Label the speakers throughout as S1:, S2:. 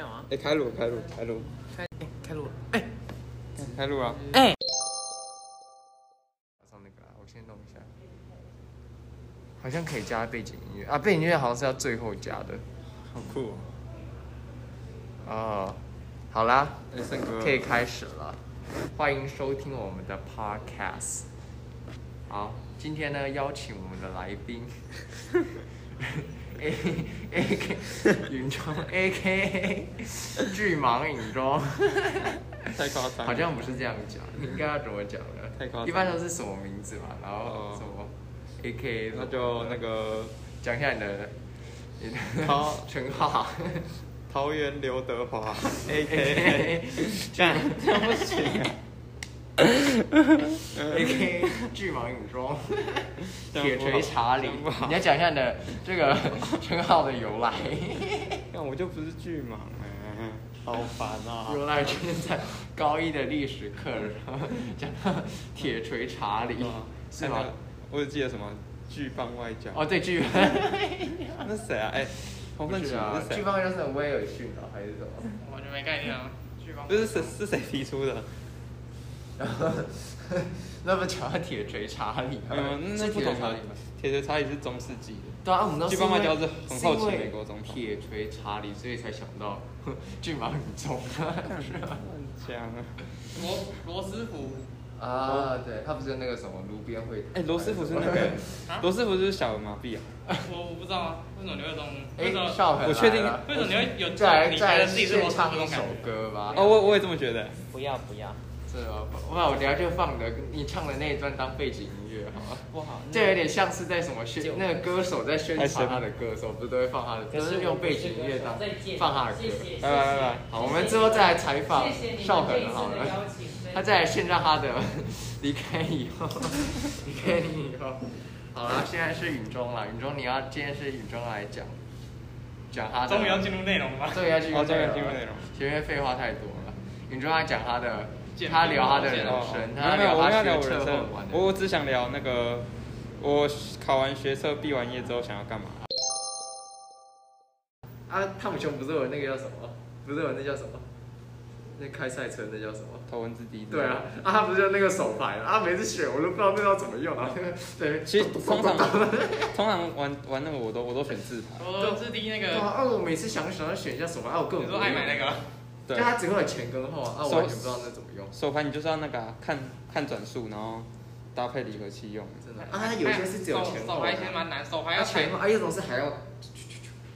S1: 吗？
S2: 哎，开录，开录，开录，
S1: 开哎开录了哎
S2: 开录啊！
S1: 哎，
S2: 马上那个啊，我先弄一下。好像可以加背景音乐啊，背景音乐好像是要最后加的。
S3: 好酷、哦！
S2: 哦，好啦，
S3: 哎，胜哥，
S2: 可以开始了。欢迎收听我们的 Podcast。好，今天呢邀请我们的来宾 ，A A K 影中 A K 巨盲影中。
S3: 太夸张了，
S2: 好像不是这样讲，应该要怎么讲呢？
S3: 太夸张了
S2: 一般都是什么名字嘛，然后
S3: 哦
S2: 什么 A K，
S3: 那就那个
S2: 讲一下你的你的
S3: 好 嗯
S2: 称号。
S3: 桃园刘德华，A K，
S2: 这样这样不行、A K 巨蟒羽装，
S3: 这样不好
S2: 铁锤查理
S3: 这样不，好
S2: 你要讲一下你的这个 称号的由来，
S3: 那我就不是巨蟒哎、好烦啊！
S2: 由来就是在高一的历史课，然后讲到铁锤查理
S3: 对啊，
S2: 嗯是
S3: 还
S2: 吗
S3: 有？我只记得什么巨棒外交，
S2: 哦，对，巨
S3: 那谁啊？哎、洪
S2: 不
S3: 胜奇
S2: 是啊，
S3: 是
S2: 巨
S3: 谁？
S2: 棒就是威尔逊啊，还是什么？
S1: 我就没概念了。巨棒
S3: 不是是是谁提出的？
S2: 然后那不讲到铁锤查理吗？
S3: 嗯，那
S2: 呃是
S3: 不
S2: 铁锤
S3: 同
S2: 查
S3: 的
S2: 理吗？。
S3: 铁锤查理是中世纪的，
S2: 对啊，我们都
S3: 巨棒外交是很好奇美国总统
S2: 铁锤查理，所以才想到巨蟒很重。是吧
S3: 乱讲啊！
S1: 罗罗斯 福，
S2: 啊，对，他不是那个什么路边会
S3: 哎、罗斯福是那个
S1: 啊，
S3: 罗斯福就是小儿麻痹啊。
S1: 我我不知道啊，为什么你会有这种？为
S2: 哎
S1: 什，么
S2: 少恒来了，
S3: 我确定
S1: 为什么你会有这
S2: 再
S1: 种？
S2: 来
S1: 你
S2: 再
S1: 觉
S2: 来
S1: 得自己是罗
S2: 现
S1: 斯福
S2: 唱
S1: 那
S2: 一
S1: 种
S2: 首
S1: 感觉？
S2: 歌吧？
S3: 哦，我我也这么觉
S2: 哎
S3: 得、
S4: 不要不要，
S2: 是啊，不然我等下就放你的你唱的那一段当背景音乐好吗？
S4: 不好。
S2: 这有点像是在什么宣那个歌手在宣
S3: 太
S2: 传
S3: 深
S2: 他的歌的时候，不是都会放他的，
S4: 可
S2: 都
S4: 是
S2: 是用背景音乐当放他的歌。
S4: 谢谢，
S3: 拜拜拜拜。
S2: 好，我们之后再来采访
S4: 谢谢你
S2: 邵
S4: 们
S2: 恒
S4: 这一
S2: 好
S4: 次的
S2: 了
S4: 邀，请。
S2: 他再来现让他的 离开以后， 离开你以后，好了，现在是允中了，允中你要今天是允中来讲，讲他的，
S1: 终于要进入内容了 吗？
S2: 终于要进入
S3: 哦终于要进入
S2: 内
S3: 内
S2: 容
S3: 容
S2: 了，前面废话太多了，允中来讲他的，
S1: 见
S2: 他聊他的
S1: 见
S2: 人生，
S3: 没
S2: 他
S3: 哦有没有，
S2: 聊
S3: 我们
S2: 他
S3: 要聊
S2: 学
S3: 我
S2: 车
S3: 人
S2: 后
S3: 生
S2: 玩，的，
S3: 我我只想聊那个我考完学测、毕完业之后想要干嘛。
S2: 啊，汤姆熊不是有那个叫什么，不是有那叫什么，那开赛车那叫什么？
S3: 头文字 D。
S2: 对啊，，啊，他不是就那个手牌啊，每次选我都不知道那要怎么用啊。 对，
S3: 其实通 常通常玩玩那个我都我都选字牌。
S1: 罗斯第那
S2: 对
S1: 个，
S2: 啊，啊，我每次想想要选一下手牌，啊，我根
S1: 你
S2: 本不
S1: 说
S2: 会
S1: 爱买那个，
S2: 用，
S3: 对
S2: 就，它只会有前跟后啊，啊，我
S3: 手
S2: 完全不知道那怎么用，
S3: 手盘你就是要那个啊、看看转速，然后搭配离合器用。
S2: 真的啊，有些是只有前
S1: 手
S2: 后
S1: 手
S2: 的
S1: 牌其实
S2: 啊，
S1: 蛮难，手牌
S2: 啊
S1: 要
S2: 前后，
S1: 前
S2: 啊，有种是还要，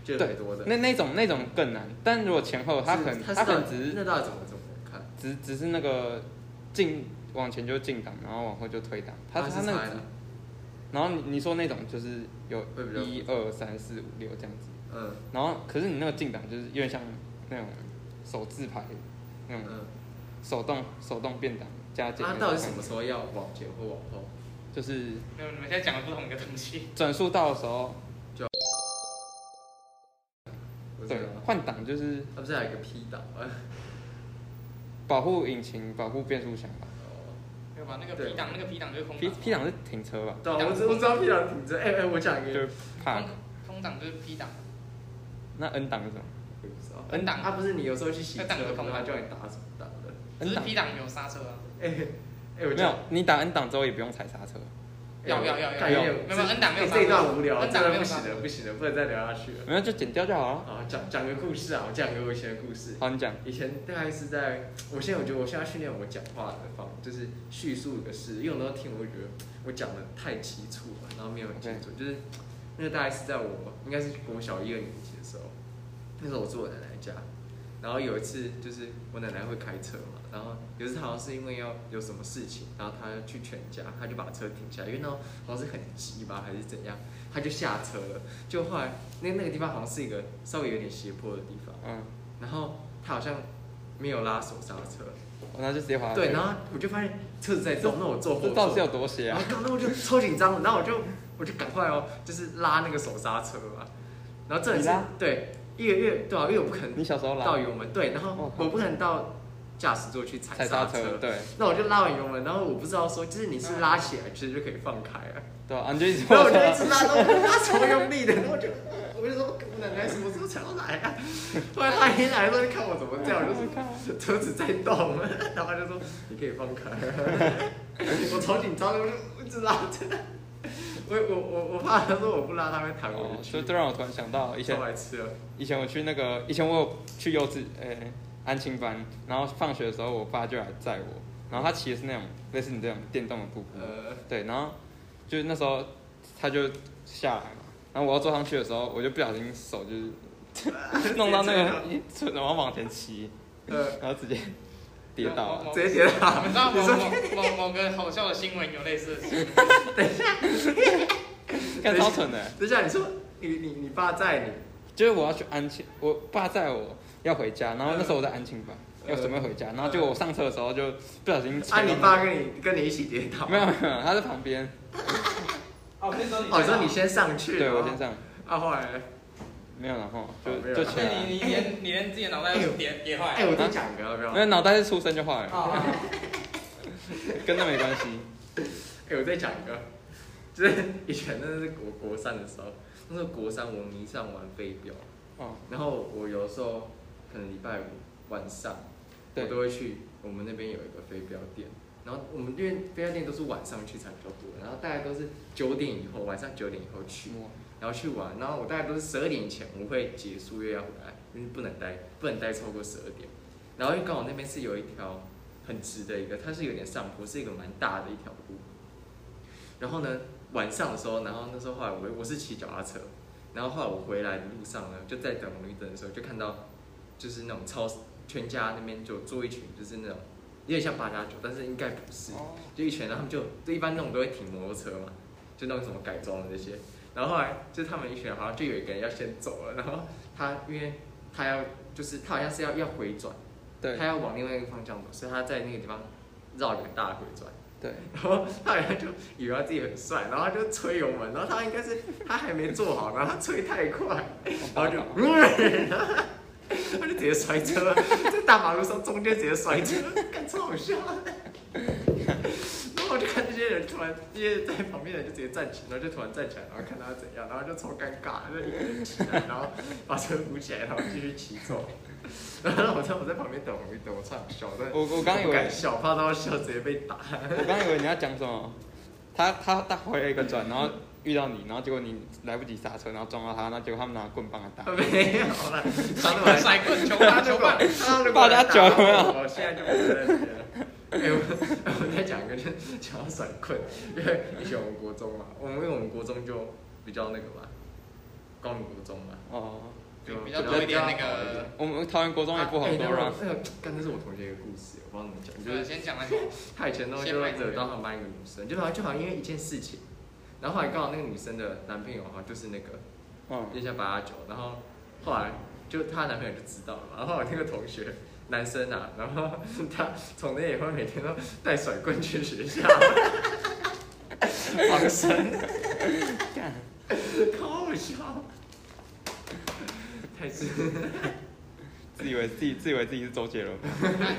S2: 就很多的，
S3: 那那种那种更难，但如果前后它可能
S2: 它
S3: 它可
S2: 很
S3: 能只是
S2: 那到底怎么怎么看？
S3: 只只是那个进往前就进档，然后往后就退档。它
S2: 啊
S3: 它
S2: 是
S3: 那
S2: 啥
S3: 个
S2: 来
S3: 只
S2: 的？
S3: 然后你你说那种就是有
S2: 会比较
S3: 一二三四五六这样子，
S2: 嗯
S3: 然后可是你那个进档就是有点像那种手自排那种
S2: 嗯，
S3: 手动手动变档加减。
S2: 它啊到底什么？时候要往前或往后？
S3: 就是
S1: 没有，你们现在讲的不同的东西。
S3: 转速到的时候，
S2: 我知道
S3: 对，换挡就是
S2: 它不是还有一个 P 档吗？
S3: 保护引擎、保护变速箱吧。
S2: 哦
S1: 对吧？那个 P 档，那个 P 档就是空
S3: P
S1: 档。
S3: P 档是停车吧？
S2: 对啊，我知我知道 P 档停着，哎哎，我讲一
S3: 就
S2: 个，
S3: 是怕
S2: 嗯
S1: 空空档就是 P 档，
S3: 那 N 档是什么
S2: 我也不知道
S1: N 档
S2: 啊，不是你有时候去洗车，
S1: 那档有
S2: 然
S1: 空
S2: 后
S1: 吗
S2: 他叫你打什么档的？
S1: 只
S3: ？N
S1: 是
S3: 档
S1: P 档没有刹车啊。
S2: 哎哎，我
S3: 没有，你打 N 档之后也不用踩刹车。
S2: 哎
S1: 要要要要
S2: 感觉有
S1: 没有没有 N 档没有
S2: 哎
S1: 刹车
S2: 这一段无聊，
S1: N
S2: 真
S1: 档没有
S2: 的不
S1: 刹
S2: 行
S1: 车
S2: 了，不行了，不能再聊下去了。
S3: 没有就剪掉就好了。
S2: 好，讲讲个故事啊，我讲个我以前的故事。
S3: 好，你讲。
S2: 以前大概是在，我现在我觉得我现在训练我讲话的方，就是叙述的事，因为我那时候听我会觉得我讲的太急促了，然后没有很清楚就是那个大概是在我应该是国小一二年级的时候，那时候我住我奶奶家，然后有一次就是我奶奶会开车嘛，然后有一次好像是因为要有什么事情，然后她去全家，她就把车停下来，因为那时候好像是很急吧还是怎样，她就下车了，就后来那那个地方好像是一个稍微有点斜坡的地方。
S3: 嗯，
S2: 然后他好像没有拉手刹车，
S3: 我那就直接滑下去。
S2: 对，然后我就发现车子在动，那我坐后
S3: 啊这到底是有
S2: 座，
S3: 多斜
S2: 然
S3: 啊
S2: 后？刚那我就超紧张，然后我就我就赶快哦，就是拉那个手刹车嘛，然后这里
S3: 你
S2: 是
S3: 拉
S2: 对，越越对啊，因为我不可能
S3: 你小时候
S2: 到
S3: 拉
S2: 油门，对，然后
S3: 哦
S2: 我不可能到驾驶座去踩
S3: 踩
S2: 刹
S3: 刹
S2: 车
S3: 车，，嗯对
S2: 那我就拉完油门，然后我不知道说，就是你是拉起来其实就可以放开了。
S3: 对啊，你就一直
S2: 然后我就一直拉，然后我就拉超用力的，然后我就我就说我奶展开什么时候才要来啊？ 后来他一来，他就看我怎么这样，我就说车子在动， 然后他就说你可以放开， 我超紧张的，我就我一直拉着，我我我我怕他说我不拉他会弹我
S3: 哦
S2: 就，去
S3: 就，这让我突然想到以前
S2: 超白痴了，
S3: 以前我去那个，以前我有去幼稚诶、安亲班，然后放学的时候我爸就来载我，然后他骑的是那种类似你这种电动的瀑布，
S2: 呃，
S3: 对，然后就是那时候他就下来嘛，然后我要坐上去的时候，我就不小心手就是嗯弄到那 个，然后往前骑，
S2: 呃，
S3: 然后直 接跌倒了。
S1: 某
S2: 直接跌倒，
S1: 你知道
S2: 你
S1: 某
S2: 说
S1: 某某某个好笑的新闻有类似的事情，
S2: 哦
S3: 干超蠢的，
S2: 等一下你说你你你爸在你。
S3: 就是我要去安亲，我爸载我要回家，然后那时候我在安亲班，
S2: 嗯
S3: 要准备回家，然后结果我上车的时候就不小心
S2: 啊，
S3: 踩到
S2: 你
S3: 那
S2: 爸跟你跟你一起跌倒？
S3: 没有没有，他在旁边，
S1: 哦，那时候
S2: 哦，你说你先上去，
S3: 对我
S2: 然后
S3: 先。上，
S2: 啊，后来呢，
S3: 没有然后
S2: 哦没
S3: 就
S2: 有
S3: 就
S2: 然
S3: 起
S1: 所以
S3: 来
S1: 你
S3: 了，
S1: 你连你连自己的脑袋都叠叠坏
S2: 哎，
S3: 啊
S1: 了。
S2: 我再讲一个，要不要
S3: 没？有脑袋是出生就坏了，
S1: 哦，
S3: 跟那没关系。
S2: 哎、我再讲一个，就是以前那是国国三的时候，那时候国三我迷上玩飞镖，
S3: 哦，
S2: 然后我有时候可能礼拜五晚上，我
S3: 对
S2: 都会去我们那边有一个飞镖店，然后我们因为飞镖店都是晚上去才比较多，然后大概都是九点以后，晚上九点以后去，然后去玩，然后我大概都是十二点前我会结束又要回来，因为不能待不能待超过十二点。然后因为刚好那边是有一条很直的一个，它是有点上坡，是一个蛮大的一条路。然后呢，晚上的时候，然后那时候后来我我是骑脚踏车，然后后来我回来的路上呢，就在等红绿灯的时候，就看到就是那种超市全家那边就有坐一群，就是那种有点像八加九，但是应该不是，就一群人，然后他们就就一般那种都会停摩托车嘛，就那种什么改装的这些。然后后来就他们一群人，好像就有一个人要先走了，然后他因为他要就是他好像是要要回转，
S3: 对
S2: 他要往另外一个方向走，所以他在那个地方绕了个大回转。
S3: 对，
S2: 然后他好像就以为他自己很帅，然后他就吹油门，然后他应该是他还没做好，然后他吹太快，然后就，嗯然后他就直接摔车了，在大马路上中间直接摔车，看超好笑的。然后我就看这些人突然，这些在旁边的人就直接站起，然后就突然站起来，然后看他怎样，然后就超尴尬，就一个人起来，然后把车扶起来，然后继续骑走。 然后我在我在旁边等红绿灯，我差点笑，但
S3: 我我刚以
S2: 不敢
S3: 为
S2: 笑，怕到笑直接被打。
S3: 我刚以为你要讲什么，他他他回了一个转，然后遇到你，然后结果你来不及刹车，然后撞到他，那结果他们拿棍棒来打你。
S2: 没有 啦，他
S1: 甩棍球棒
S2: 哎
S1: 球棒，
S2: 如
S3: 八加九有没有
S2: 我哦现在就不在这边了。哎、我 我再讲一个，就是讲到甩棍，因为以前我们国中嘛，我们因为我们国中就比较那个嘛，光明国中嘛，
S3: 哦，
S1: 比
S2: 就
S1: 比较多一点那个。
S3: 我们桃园国中也不好
S2: 哎
S3: 多啊
S2: 那
S3: 啦
S2: 我。那个，刚才是我同学一个故事，我帮你们讲，就
S1: 对，啊
S2: 是
S1: 先讲那 个，
S2: 他以前都就惹到他们班一个女生，就好像就好像因为一件事情，然后后来刚好那个女生的男朋友好像就是那个
S3: 嗯，
S2: 一下八加九，然后后来就她男朋友就知道了嘛，然后我那个同学男生啊，然后他从那以后每天都带甩棍去学校， 防身，
S3: 干
S2: 好好笑，太是
S3: 自以为自己自以为自己是周杰伦。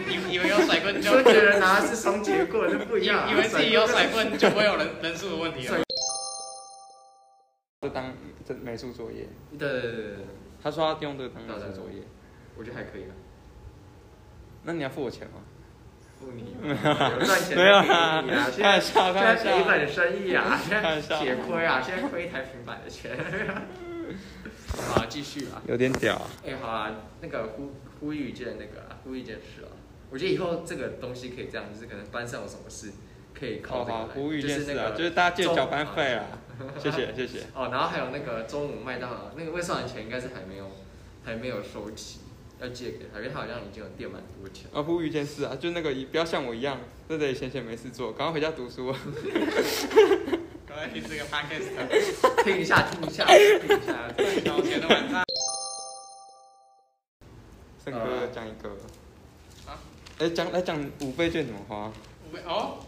S1: 以以为有甩棍
S2: 你
S1: 就
S2: 说觉得拿的是双节棍就不一
S1: 以
S2: 样啊，
S1: 以为自己有甩
S2: 棍
S1: 棍就不会有人人数的问题了。
S3: 这当这美术作业，
S2: 对对对对对，
S3: 他说他用这个当美术作业，
S2: 我觉得还可以啊。
S3: 那你要付我钱吗？
S2: 不你 有赚钱
S3: 没有
S2: 啊
S3: 啦，
S2: 你啊，现
S3: 开
S2: 在
S3: 玩笑，开玩笑
S2: 现在赔。本生意啊，现
S3: 开
S2: 在
S3: 玩笑
S2: 血亏啊，现在亏一台平板的钱。 好，继续啊。
S3: 有点屌、
S2: 哎、好啊，那个呼呼吁一件那个、啊、呼吁一件事啊，我觉得以后这个东西可以这样，就是可能班上有什么事可以
S3: 好
S2: 靠这个来
S3: 哦好，，呼吁一
S2: 就
S3: 件
S2: 是
S3: 事
S2: 那
S3: 啊，
S2: 个
S3: 就是大家记得缴班费 啊，谢谢谢谢。
S2: 哦，然后还有那个中午麦当劳那个未上年钱应该是还没有还没有收齐，要借给他，因为他好像已经有垫蛮多钱。
S3: 啊，呼吁一件事啊，就那个不要像我一样，在这里闲闲没事做，赶快回家读书。
S1: 赶快听这个 podcast，
S2: 听一下，听一下，听一下。
S1: 早前的晚上
S3: 盛哥讲一个，
S1: 啊，
S3: 来讲来讲五倍券怎么花，
S1: 五倍哦。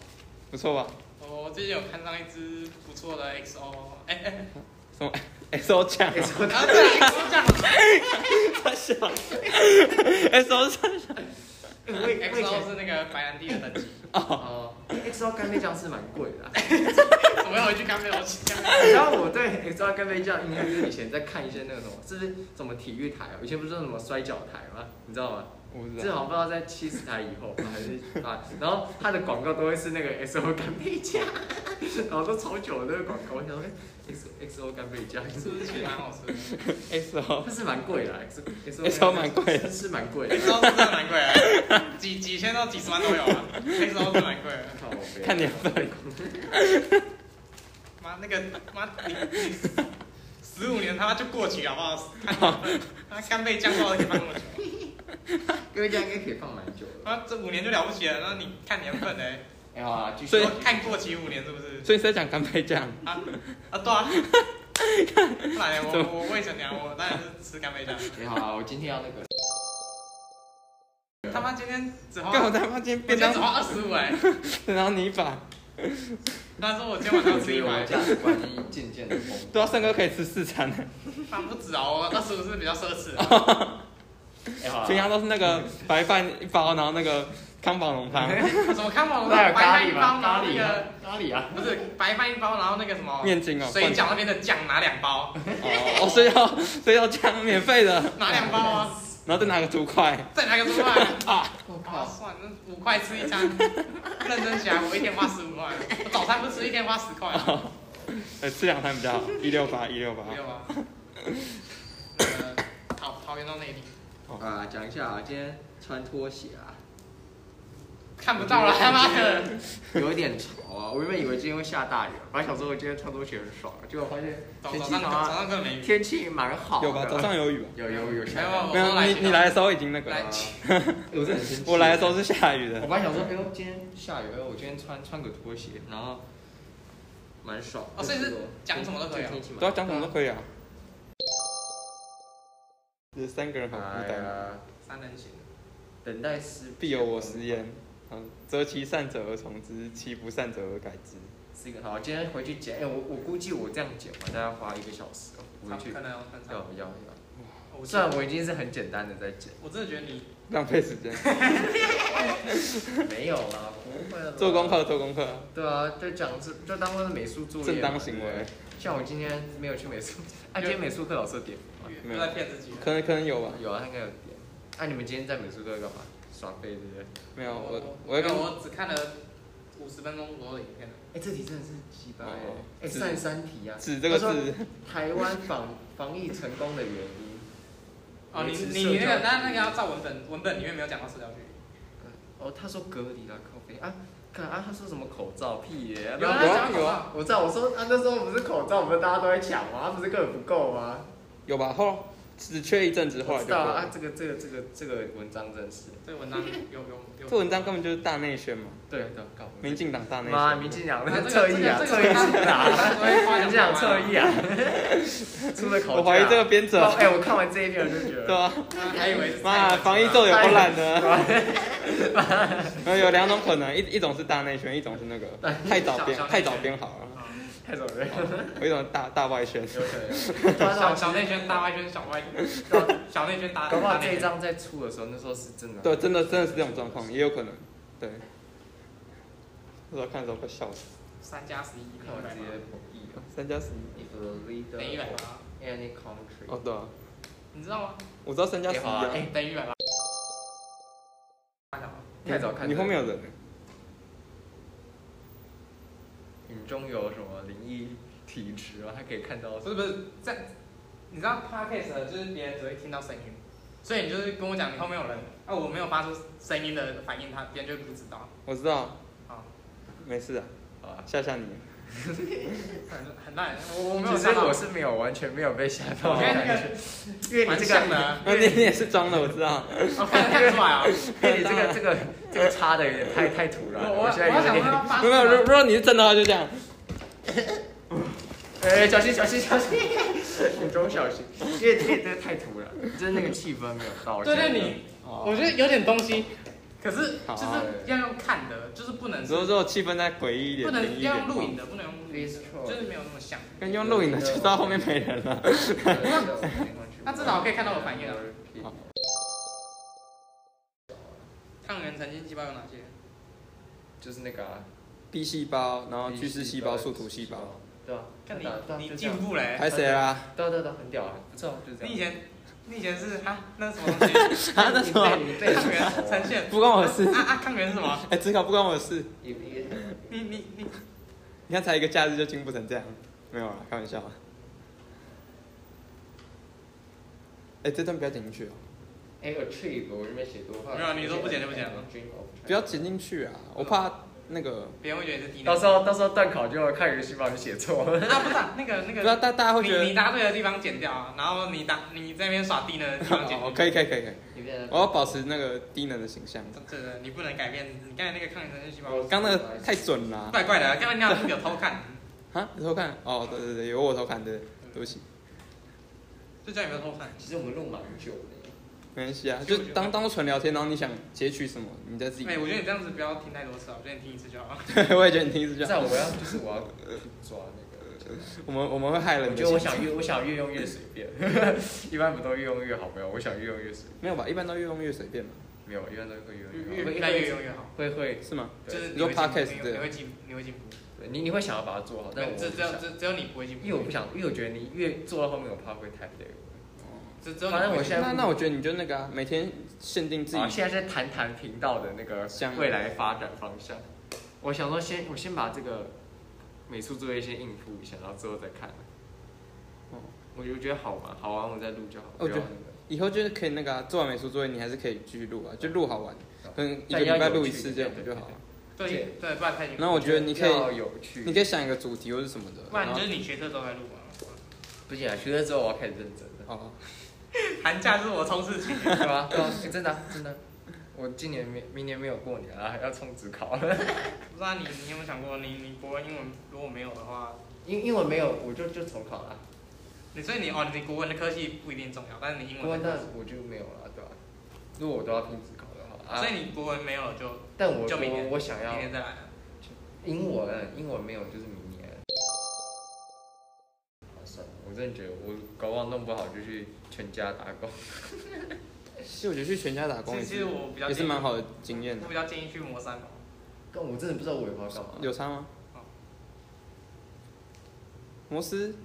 S3: 不错吧？
S1: 我最近有看上一只不错的 XO，哎、哎，
S3: 什么 S O 奖
S2: 哎、说
S1: 啊对啊，XO 酱
S3: ？S O 奖
S2: 我也我也哎
S1: XO 是那个白兰地的等级，
S2: 哦，X XO 干贝酱是蛮贵的啊、
S1: 我要回去干杯，我去干杯。
S2: 然后我对 XO 干杯酱印象就是以前在看一些那个什么，是不是什么体育台啊？以前不是有什么摔跤台吗？你知道吗？
S3: 我不知
S2: 这
S3: 道。
S2: 好像不知道在七十台以 后吧还是啊，然后它的广告都会是那个 XO 干贝酱，然后都超久的那个广告，我想说哎 XO XO 干贝酱
S1: 是不是其实蛮好吃的？
S3: S O
S2: 它是蛮贵的啊，XO
S3: XO 蛮贵的
S2: 是是蛮贵的
S1: 那，时候真的蛮贵 的，几几千到几十万都有啊。那时候真的蛮贵的。
S2: 靠北
S3: 看年份，
S1: 妈，那个妈，你你十五年他妈就过期好不好？他他干贝酱泡的可以放那么久，
S2: 干贝酱应该可以放蛮久的。
S1: 他啊这五年就了不起了。然后你看年份 哎，
S2: 哎呀，继续
S3: 所以
S1: 看过期五年是不是？
S3: 所以是在讲干贝酱。
S1: 啊啊对啊，不然呢我我未成年，我当然是吃干 贝酱。
S2: 你好啊，我今天要那个。
S1: 他妈今天只花，
S3: 干我
S1: 哦我
S3: 他妈今天
S1: 今
S3: 便
S1: 天只
S3: 当
S1: 花二十五哎，
S3: 便当泥巴，
S1: 他说我今天晚上要吃一碗
S2: 我，价值观渐渐的崩。
S3: 对啊，胜哥可以吃四餐了，
S1: 他不止哦，二十五是比较奢 侈的。
S2: 哎好啊
S3: 平常都是那个白饭一包，然后那个康宝浓汤、
S1: 怎么看网络
S2: 那
S1: 白
S2: 有咖
S1: 饭一
S2: 喱
S1: 包，
S2: 吗？
S1: 然
S2: 咖
S1: 后那
S2: 喱啊
S1: 个，
S2: 咖喱啊。
S1: 不是白饭一包，然后那个什么
S3: 面筋哦，
S1: 水饺那边的酱拿两 包，
S3: 哦，哦所以要所以要酱免费的，
S1: 拿两包 啊，
S3: 然后再拿个竹筷，啊
S1: 再拿个猪块，
S2: 我
S1: 划，算，那五块吃一餐，认真起来我一天花十五块，我早餐不吃一天花十块，
S3: 呃，吃两餐比较好，一六八一六八。
S1: 没有啊？呃那个桃桃园到内地
S2: 啊，讲一下啊，今天穿拖鞋啊，
S1: 看不到了，他妈的，
S2: 有一点潮啊。我原本以为今天会下大雨，本来想说我今天穿拖鞋很爽，结果发现
S1: 早
S2: 天
S1: 早
S2: 气
S1: 上
S2: 好
S1: 早
S2: 像
S1: 上根本没雨，
S2: 天气蛮好的。
S3: 有吧？早上有雨吧？
S2: 有有有下
S1: 没有
S2: 雨。
S1: 我
S3: 没有，
S1: 来
S3: 你
S1: 学校
S3: 你来的时候已经那个
S1: 来
S3: 了。
S2: 我是很生气。
S3: 我来的时候是下雨
S2: 我
S3: 的，
S2: 本来想说，哎呦，今天下雨，哎呦，我今天穿穿个拖鞋，然后蛮爽。
S1: 哦所以是讲什么都可以啊
S2: 天气蛮
S3: 都要讲什么都可以啊。这三个人好孤
S2: 哎
S3: 单，
S2: 呀，
S1: 三人行，
S2: 等待思
S3: 必有我师焉。嗯，择其善者而从之，其不善者而改之。
S2: 是一个好，今天回去剪，哎、我我估计我这样剪完大概花一个小时哦，我回去
S1: 可
S2: 要
S1: 能有很少，
S2: 要要。
S1: 我
S2: 虽然我已经是很简单的在 剪，
S1: 我真的觉得你
S3: 浪费时 间，
S2: 没有啦，不会啦
S3: 做功。课做功课，
S2: 对啊，就讲这就当做是美术作业嘛。
S3: 正当行为。
S2: 像我今天没有去美 术，哎、今天美术课老师有点名吗
S1: 又在骗自己了，
S3: 可能可能有吧，
S2: 有啊，他应该有点。哎、你们今天在美术课干嘛？耍废对不对？
S3: 没有
S2: 哦
S3: 我我
S1: 没
S3: 要
S1: 有
S3: 跟
S1: 我只看了五十分钟左右的影片。
S2: 哎、这题真的是鸡巴哎
S3: 哦！
S2: 哎、
S3: 是
S2: 算三题啊。
S3: 指这个
S2: 他说
S3: 字，
S2: 台湾防防疫成功的原因。
S1: 哦，你
S2: 维持
S1: 你
S2: 社
S1: 你那个那
S2: 交距
S1: 那个
S2: 离
S1: 要照文本，文本里面没有讲到社交距离。
S2: 哦，他说隔离啦，靠背啊，看啊，他说什么口罩屁耶、
S1: 有
S2: 然
S1: 啊
S2: 后
S3: 有
S1: 他
S3: 啊
S1: 讲
S3: 有
S1: 口
S3: 啊
S1: 罩，
S2: 我知道，我说啊，那时候不是口罩，不是大家都在抢吗？啊不是根本不够吗？
S3: 有吧？后只缺一阵子，后
S2: 我
S3: 来
S2: 知
S3: 就
S2: 道
S3: 过
S2: 啊，啊
S3: 了。
S2: 这个这个这个这个文章真是，
S1: 这个文章有有有。
S3: 这文章根本就是大内宣嘛，
S2: 对对，搞不
S3: 民进党大内宣。
S2: 妈，民进
S1: 啊
S2: 党那
S1: 这个
S2: 侧翼啊，
S1: 这
S2: 侧
S1: 个
S2: 翼
S1: 这个
S2: 是哪？
S1: 他会夸
S2: 民
S1: 奖
S2: 进党
S1: 台
S2: 侧
S1: 湾
S2: 翼啊， 出了口罩。
S3: 我怀疑这个编者
S2: 哦，哎，我看完这一篇我就觉
S3: 对
S2: 得，
S3: 啊，
S1: 啊还以为是
S3: 妈，防疫咒
S1: 做
S3: 有够烂的。呃，有两种可能，一一种是大内宣，一种是那个太早编
S1: 小小
S3: 太
S1: 内宣
S3: 早编好了，
S2: 太走人了，
S3: 有一种大大外 宣。
S2: 哦有可能。突然
S1: 小
S2: 让
S1: 小内圈、大外圈、小外圈，小内圈、大
S2: 搞不好
S1: 大
S2: 这
S1: 内
S2: 一
S1: 圈。
S2: 张在出的时候，那时候是真的。
S3: 对，真的真的是这种状况，也有可能。对，那时候看的时候快笑死。
S1: 三加十一，
S2: 看我直接
S1: 等
S2: 同意了。
S3: 三加十一，
S2: If the leader
S1: 于一百
S2: of
S1: 八，
S2: any country
S3: 哦对啊，
S1: 你知道吗？
S3: 我知道三加十一
S2: 哎好啊
S3: 啊。
S2: 哎
S1: 等于一百八。
S2: 太早看，
S3: 你后面有人，
S2: 影中有什么灵异体质啊？还可以看到
S1: 不是不是这样，你知道 podcast 就是别人只会听到声音，所以你就是跟我讲你后面有人，啊我没有发出声音的反应，他别人就不知道。
S3: 我知道，
S1: 啊，
S3: 没事啊，
S2: 啊？
S3: 吓吓你。
S1: 很很烂，我我没有
S2: 其实
S1: 吓到。
S2: 我是没有，完全没有被吓
S1: 我
S2: 到的
S1: 看那
S2: 感
S1: 个
S2: 觉，因为
S1: 蛮
S2: 你这
S1: 像的
S2: 个，
S1: 啊，
S3: 那你你也是装的，我知道。
S1: 我看看得出来啊。
S2: 因为你这个这个这个插的有点太太突
S1: 我
S2: 然，
S1: 我
S2: 了，
S1: 我
S2: 我现在
S1: 想
S2: 有
S1: 说
S2: 点，
S1: 要发
S3: 没有，如如果你是真的话，就这样。
S2: 哎，小心小心小心，影中小心，因为这这个太突然，就是那个气氛没有到。
S1: 对对，
S2: 现在
S1: 你，我觉得有点东西，可是就是要用看的，就是不能
S3: 只是说气氛再诡异一点，
S1: 不
S3: 灵
S1: 能
S3: 异一点
S1: 要
S3: 嘛。
S1: 用录影的，不能用录影
S2: It's
S1: 的，
S2: true
S1: 就是没有那么像。
S3: 跟用录影的就知道后面没人了。
S1: 那至少可以看到我反应啊
S3: 好
S1: 抗原曾经细胞有哪些？
S2: 就是那个啊
S3: B 细胞，然后巨噬细胞、树突细胞，，
S2: 对啊，
S1: 看
S2: 对啊对啊
S1: 你你
S2: 就这
S1: 进
S2: 样
S1: 步嘞、
S3: 还谁啦？
S2: 对啊对啊对啊，很屌啊，不错，就是这
S1: 你以
S2: 样。
S1: 前你以前是啊那是什么东 西？
S3: 啊，那什么？
S2: 你
S1: 对
S2: 背
S1: 抗原呈现
S3: 不
S2: 哦
S3: 关我的事。
S1: 啊啊抗原是什么？
S3: 哎，只考不关我的事。
S2: 你你
S1: 你你你
S3: 你看，才一个假日就进步成这样，没有啦，开玩笑。哎，这段不要剪进去哦，
S2: 哎，achieve 我这边写多话，
S1: 没有啊你说不剪就不剪了
S3: 不要剪进去啊，我怕那个，
S1: 别人会觉得你是低能。
S2: 到时候到时候断考就要看人信把你写错 了。
S1: 啊不是、啊、那个那
S3: 不要
S1: 个，
S3: 大大家会觉
S1: 你你
S3: 得。
S1: 答对的地方剪掉啊，然后你答你在那边耍低能的地方剪掉
S3: 哦，。可以可以可以可以，
S2: 你变
S3: 我要保持那个低能的形象。
S1: 真的，你不能改变你刚才那个抗原神经细胞，
S2: 哦
S3: 刚那个太准了啊
S1: 怪怪的，刚才你好像有偷 看，
S3: 啊！你偷看？哦，对对对，有我偷看的，对不起，
S1: 就叫你们偷看。
S2: 其实我们录蛮久的，
S3: 没关系啊，就当当做纯聊天，然后你想截取什么，你再自己
S1: 哎、。我觉得你这样子不要听太多次啊，我觉得你听一次就 好了。
S3: 对， 我也觉得你听是啊这
S2: 这样
S3: 样。
S2: 我要就是我要去抓那个。
S3: 我们我们会害了
S2: 我
S3: 你
S2: 觉
S3: 的
S2: 得我
S3: 心情。
S2: 想越我想越用越随便， 一般不都越用越好没有？我想越用越随便，
S3: 没有吧？一般都越用越随便嘛，
S2: 没有，一般都会越用
S1: 越
S2: 越好。
S1: 越越越用越好，
S2: 会会，
S3: 是吗？
S1: 就
S2: 对
S1: 是
S3: 你
S1: 你会
S3: 说
S1: 进步
S3: podcast
S1: 你
S3: 对
S1: 会你会进你会进步，
S2: 对你你会想要把它做好，但我
S1: 只
S2: 不
S1: 只有
S2: 想
S1: 只只有你不会进步，
S2: 因为我不想，因为我觉得你越做到后面，我怕会太累了。
S1: 只只有你
S2: 反正
S1: 不
S2: 我
S1: 会进
S2: 现在
S3: 那那我觉得你就那个啊，每天限定自
S2: 好，
S3: 己。
S2: 啊现在在谈谈频道的那个
S3: 像
S2: 未来发展方向。我想说先，我先把这个美术作业先应付一下，然后之后再看。
S3: 哦
S2: 我就觉得好玩，好玩我再录就好。
S3: 我
S2: 不
S3: 觉
S2: 要
S3: 得
S2: 那个
S3: 以后就是可以那个啊，做完美术作业你还是可以继续录啊，就录好玩，可能一个
S2: 但
S3: 礼
S2: 要
S3: 拜
S2: 有
S3: 录一
S2: 趣
S3: 次
S2: 一
S3: 这
S2: 点
S3: 样
S2: 对
S3: 就
S2: 对
S3: 好啊。
S1: 对
S2: 对
S1: 对，不然太辛苦
S3: 那。我觉得你可以
S2: 要有趣。
S3: 你可以想一个主题或是什么的，
S1: 不然
S3: 然
S1: 就
S3: 后。
S1: 是你学车时候来录啊。
S2: 不行啊，学了之后我要开始认真了
S3: 哦，
S1: 寒假是我冲刺期，
S2: 对吧？对吧？哎真的啊真的啊。我今年没明年没有过年啊，要冲职考了。
S1: 不知道你你有没有想过，你你国文英文如果没有的话，
S2: 英英文没有，我就就重考了。
S1: 你所以你哦，你国文的科系不一定重要，但是你
S3: 嗯
S1: 英
S2: 国
S1: 文
S2: 文那
S1: 的，
S2: 我就没有了，对吧、如果我都要拼职考的话，啊、
S1: 所以你国文没有就
S2: 但我
S1: 就明
S2: 我
S1: 年
S2: 我想
S1: 明
S2: 要
S1: 天再来。啊
S2: 英文，英文没有就是明年。好算了，我真的觉得我搞不好弄不好就去全家打工。
S3: 哦其实我觉得去全家打工
S1: 其
S3: 也
S1: 实其
S3: 是
S1: 实我比较
S3: 也是
S1: 建议
S3: 蛮好的经验的
S1: 我，比较建议去磨山哦，
S2: 但我真的不知道我以后要干嘛。
S3: 有差吗
S1: 好？
S3: 摩斯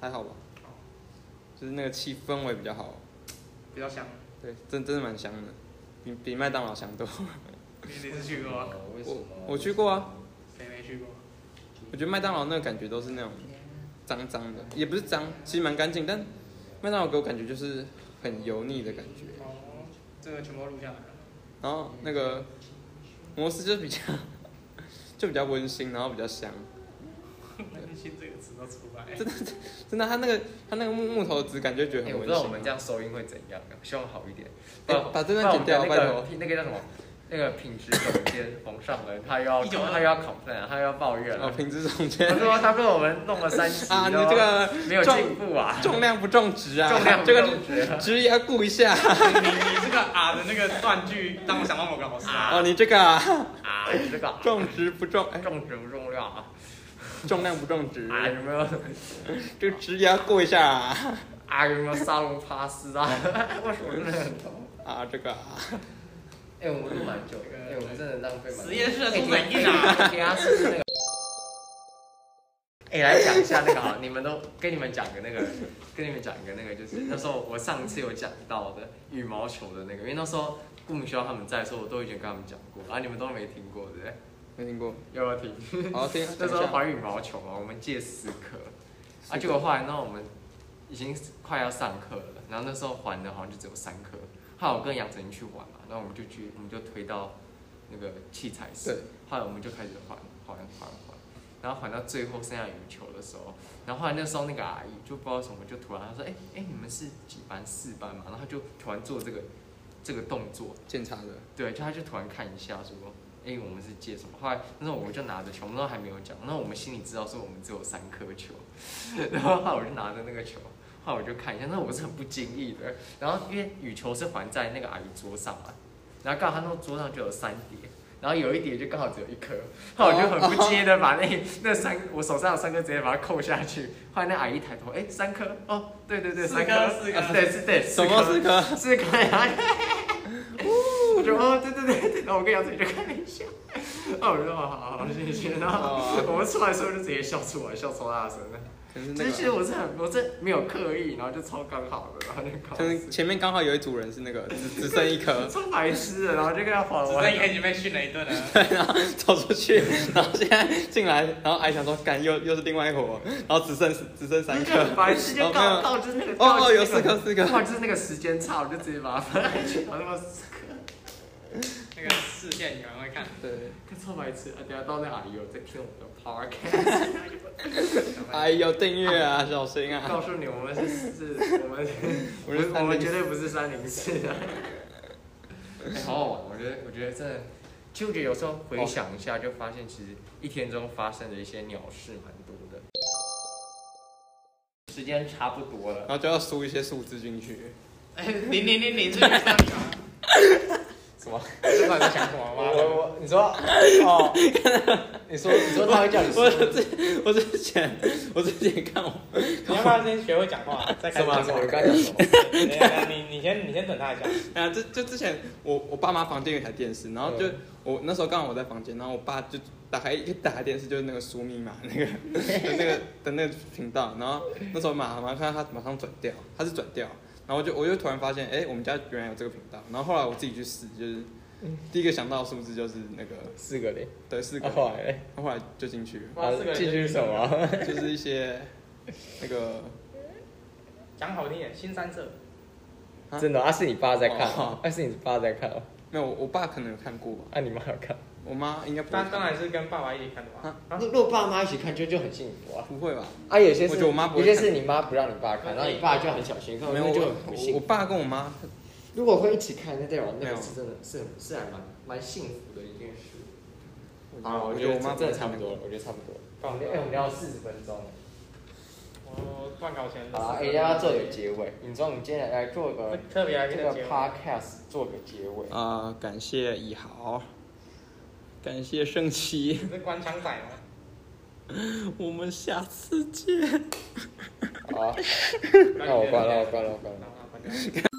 S3: 还好吧，就是那个气氛围比较好，
S1: 比较香。
S3: 对，真真的蛮香的，比比麦当劳香多。
S1: 你你是去过吗？
S2: 哦为什么？
S3: 我我去过啊。
S1: 谁没去过？
S3: 我觉得麦当劳那个感觉都是那种脏脏的，也不是脏，其实蛮干净，但麦当劳给我感觉就是很油腻的感觉。
S1: 哦，这个全部都录下来了。
S3: 然后那个摩斯就比较 就比较温馨，然后比较香。
S1: 温馨这个词都出来，
S3: 真的，它那个它那个木木头质感就觉得
S2: 哎、
S3: 很
S2: 我
S3: 温
S2: 不知
S3: 馨。
S2: 道我们这样收音会怎样啊，希望好一点。
S3: 哎
S2: 不
S3: 把这段
S2: 不然
S3: 剪掉
S2: 我们
S3: 拜
S2: 的那
S3: 托
S2: 个品那个叫什么？那个品质总监冯尚仁，他又 要
S1: 192
S2: 他又要 complain，他又要啊抱怨
S3: 哦，
S2: 了。
S3: 品质总
S2: 他
S3: 监
S2: 说他被我们弄了三 期
S3: 啊，你
S2: 然后
S3: 这个
S2: 没有进步啊，
S3: 重量不重质啊，
S2: 重量不
S3: 这个
S2: 重质啊
S3: 质也要顾一 下。
S1: 你你这个啊的那个断句让我想到某个老师啊。
S3: 哦，你这个啊
S2: 啊，这个
S3: 重质不重，哎，
S2: 重质不重量啊，
S3: 重量不重质，
S2: 啊有没有
S3: 这个质也要顾一下啊。
S2: 啊有没有沙龙帕斯啊？ 为什么真的很痛？
S3: 啊，这个啊，
S2: 哎，我们录蛮久的，哎，我们真的浪费蛮。
S1: 实验室的出本印啊，
S2: 哎， 给他试试那个。哎，来讲一下那个好，你们都跟你们讲个那个，跟你们讲个那个，就是那时候我上次有讲到的羽毛球的那个，因为那时候顾明修他们在的时候，我都已经跟他们讲过，啊，你们都没听过对不对？
S3: 没听 过。
S2: 要不要听？
S3: 好，听讲
S2: 那
S3: 一
S2: 时候
S3: 下。
S2: 环羽毛球嘛，我们借十颗，
S3: 四
S2: 啊，
S3: 颗
S2: 结果后来呢，我们已经快要上课了，然后那时候还的好像就只有三颗。后来我跟杨丞琳去玩嘛，然后我们就去，我们就推到那个器材室
S3: 对，
S2: 后来我们就开始还还还还，然后还到最后剩下羽球的时候，然后后来那时候那个阿姨就不知道什么，就突然她说，哎、哎、你们是几班四班嘛？然后她就突然做这个这个动作，
S3: 检查的，
S2: 对，就他就突然看一下说，哎、我们是借什么？后来那时候我们就拿着球，我们都还没有讲，那我们心里知道说我们只有三颗球，然后后来我就拿着那个球，后来我就看一下，那我是很不经意的，然后因为羽球是还在那个阿姨桌上嘛，然后刚好她那个桌上就有三叠。然后有一叠就刚好只有一颗，后来我就很不经意的把那 那三我手上的三颗直接把它扣下去。后来那阿姨抬头，哎，三颗哦，对对对，
S1: 四
S2: 三
S1: 颗
S2: 颗，
S1: 四颗
S2: 啊对是对，
S3: 什
S2: 四颗
S3: 么四颗？
S2: 是可以啊。我说哦，对对对对，然后我跟杨子就看了一下，哦，我就说好好好，谢谢。然后
S3: 哦
S2: 我们出来的时候就直接笑出来，笑超大声的。
S3: 可能是
S2: 其
S3: 那
S2: 实
S3: 个，
S2: 我是很，我是没有刻意，然后就超刚好的，然后就搞
S3: 可能
S2: 死，，
S3: 前面刚好有一组人是那个只 只剩一颗
S2: 超白痴的，然后就跟他划
S1: 只
S2: 完
S1: 剩一。个已经被训了一顿了。
S3: 走出去， 然后现在进来，然后还想说，干又又是另外一伙，然后只剩只剩三
S2: 就
S3: 颗，
S2: 很白痴，就
S3: 然后
S2: 到
S3: 没有
S2: 到就是那个
S3: 哦
S2: 到
S3: 哦
S2: 就是那
S3: 有四颗四颗
S2: 刚好就是那个时间差，我就直接把它放下去，然后他妈四颗，
S1: 那个视线有人会看，
S3: 对，
S2: 看超白痴啊！等一下到那阿姨有在听我们的 podcast，
S3: 哎呦订阅啊，小心 啊，
S2: 告诉你我们是是，我 们
S3: 我是
S2: 我
S3: 304
S2: 们绝对不是三零四啊！哎好好玩，我觉得我觉得真的，其实我觉得有时候回想一下，就发现其实一天中发生的一些鸟事蛮多的。时间差不多了
S3: 然，后就要输一些数字进去，
S1: 哎，零零零零这个三秒，
S2: 什么？
S1: 这款在想什么吗？
S2: 我你说 哦，你说你说他会叫你
S3: 我之我之前我之前看我
S1: 你要不要先学会讲话？再开
S2: 什
S1: 始
S2: 么？
S1: 讲
S2: 什么？
S1: 话
S2: 我 刚才讲什么？
S1: 等一下你你先你先等他一下。
S3: 啊，就就之前我我爸妈房间有一台电视，然后就、
S2: 嗯
S3: 我那时候刚好我在房间，然后我爸就打开一打开电视就是那个输密码那个的 那个的那个频道，然后那时候马马上看到他马上转掉，他是转掉，然后我就我就突然发现，哎、我们家原来有这个频道，然后后来我自己去试，就是第一个想到的数字就是那个
S4: 四个零，
S3: 对四个，
S4: 嗯啊后来嘞
S3: 然后后来就进去了，
S1: 哇四个人
S4: 进去是什么？
S3: 就是一 些那个
S1: 讲好听点，新三色。
S3: 啊
S4: 真的啊？是你爸在看
S3: 哦
S4: 哦？啊，是你爸在看哦？
S3: 没有我我爸可能有看过吧，
S4: 啊，你妈有看？
S3: 我妈应该不会
S1: 当当
S3: 看
S1: 然是跟爸爸一起看的嘛。啊，
S4: 如果爸妈一起看，就就很幸福啊。
S3: 不会吧？
S4: 啊，有
S3: 我
S4: 些是
S3: 觉得我妈不会
S4: 有些是你妈不让你爸看，
S1: 嗯
S4: 然后你爸就很小心看，
S3: 没有
S4: 那就
S3: 我
S4: 很不
S3: 我
S4: 幸
S3: 我
S4: 福。
S3: 爸跟我妈
S4: 如果会一起看，那代表那
S3: 没有
S4: 个是真的是很是还蛮蛮幸福的一件事。
S3: 啊，
S4: 我
S3: 我
S4: 觉
S3: 觉得
S4: 得
S3: 我妈
S4: 真的差不多了，我觉得差不多了。
S1: 棒
S4: 我们哎，我们聊了四十分钟，
S1: 我断考前
S4: 好了，哎，要不要做个结尾？你知道我们今天来 做个
S1: 特别来
S4: 这
S1: 这
S4: 个
S1: 个节目。
S4: podcast 做个结尾。
S3: 啊、感谢以豪，感谢圣奇，
S1: 你是官腔仔吗？
S3: 我们下次见。
S4: 好啊，那我关了，我关了，我关了。
S1: 然后他关掉。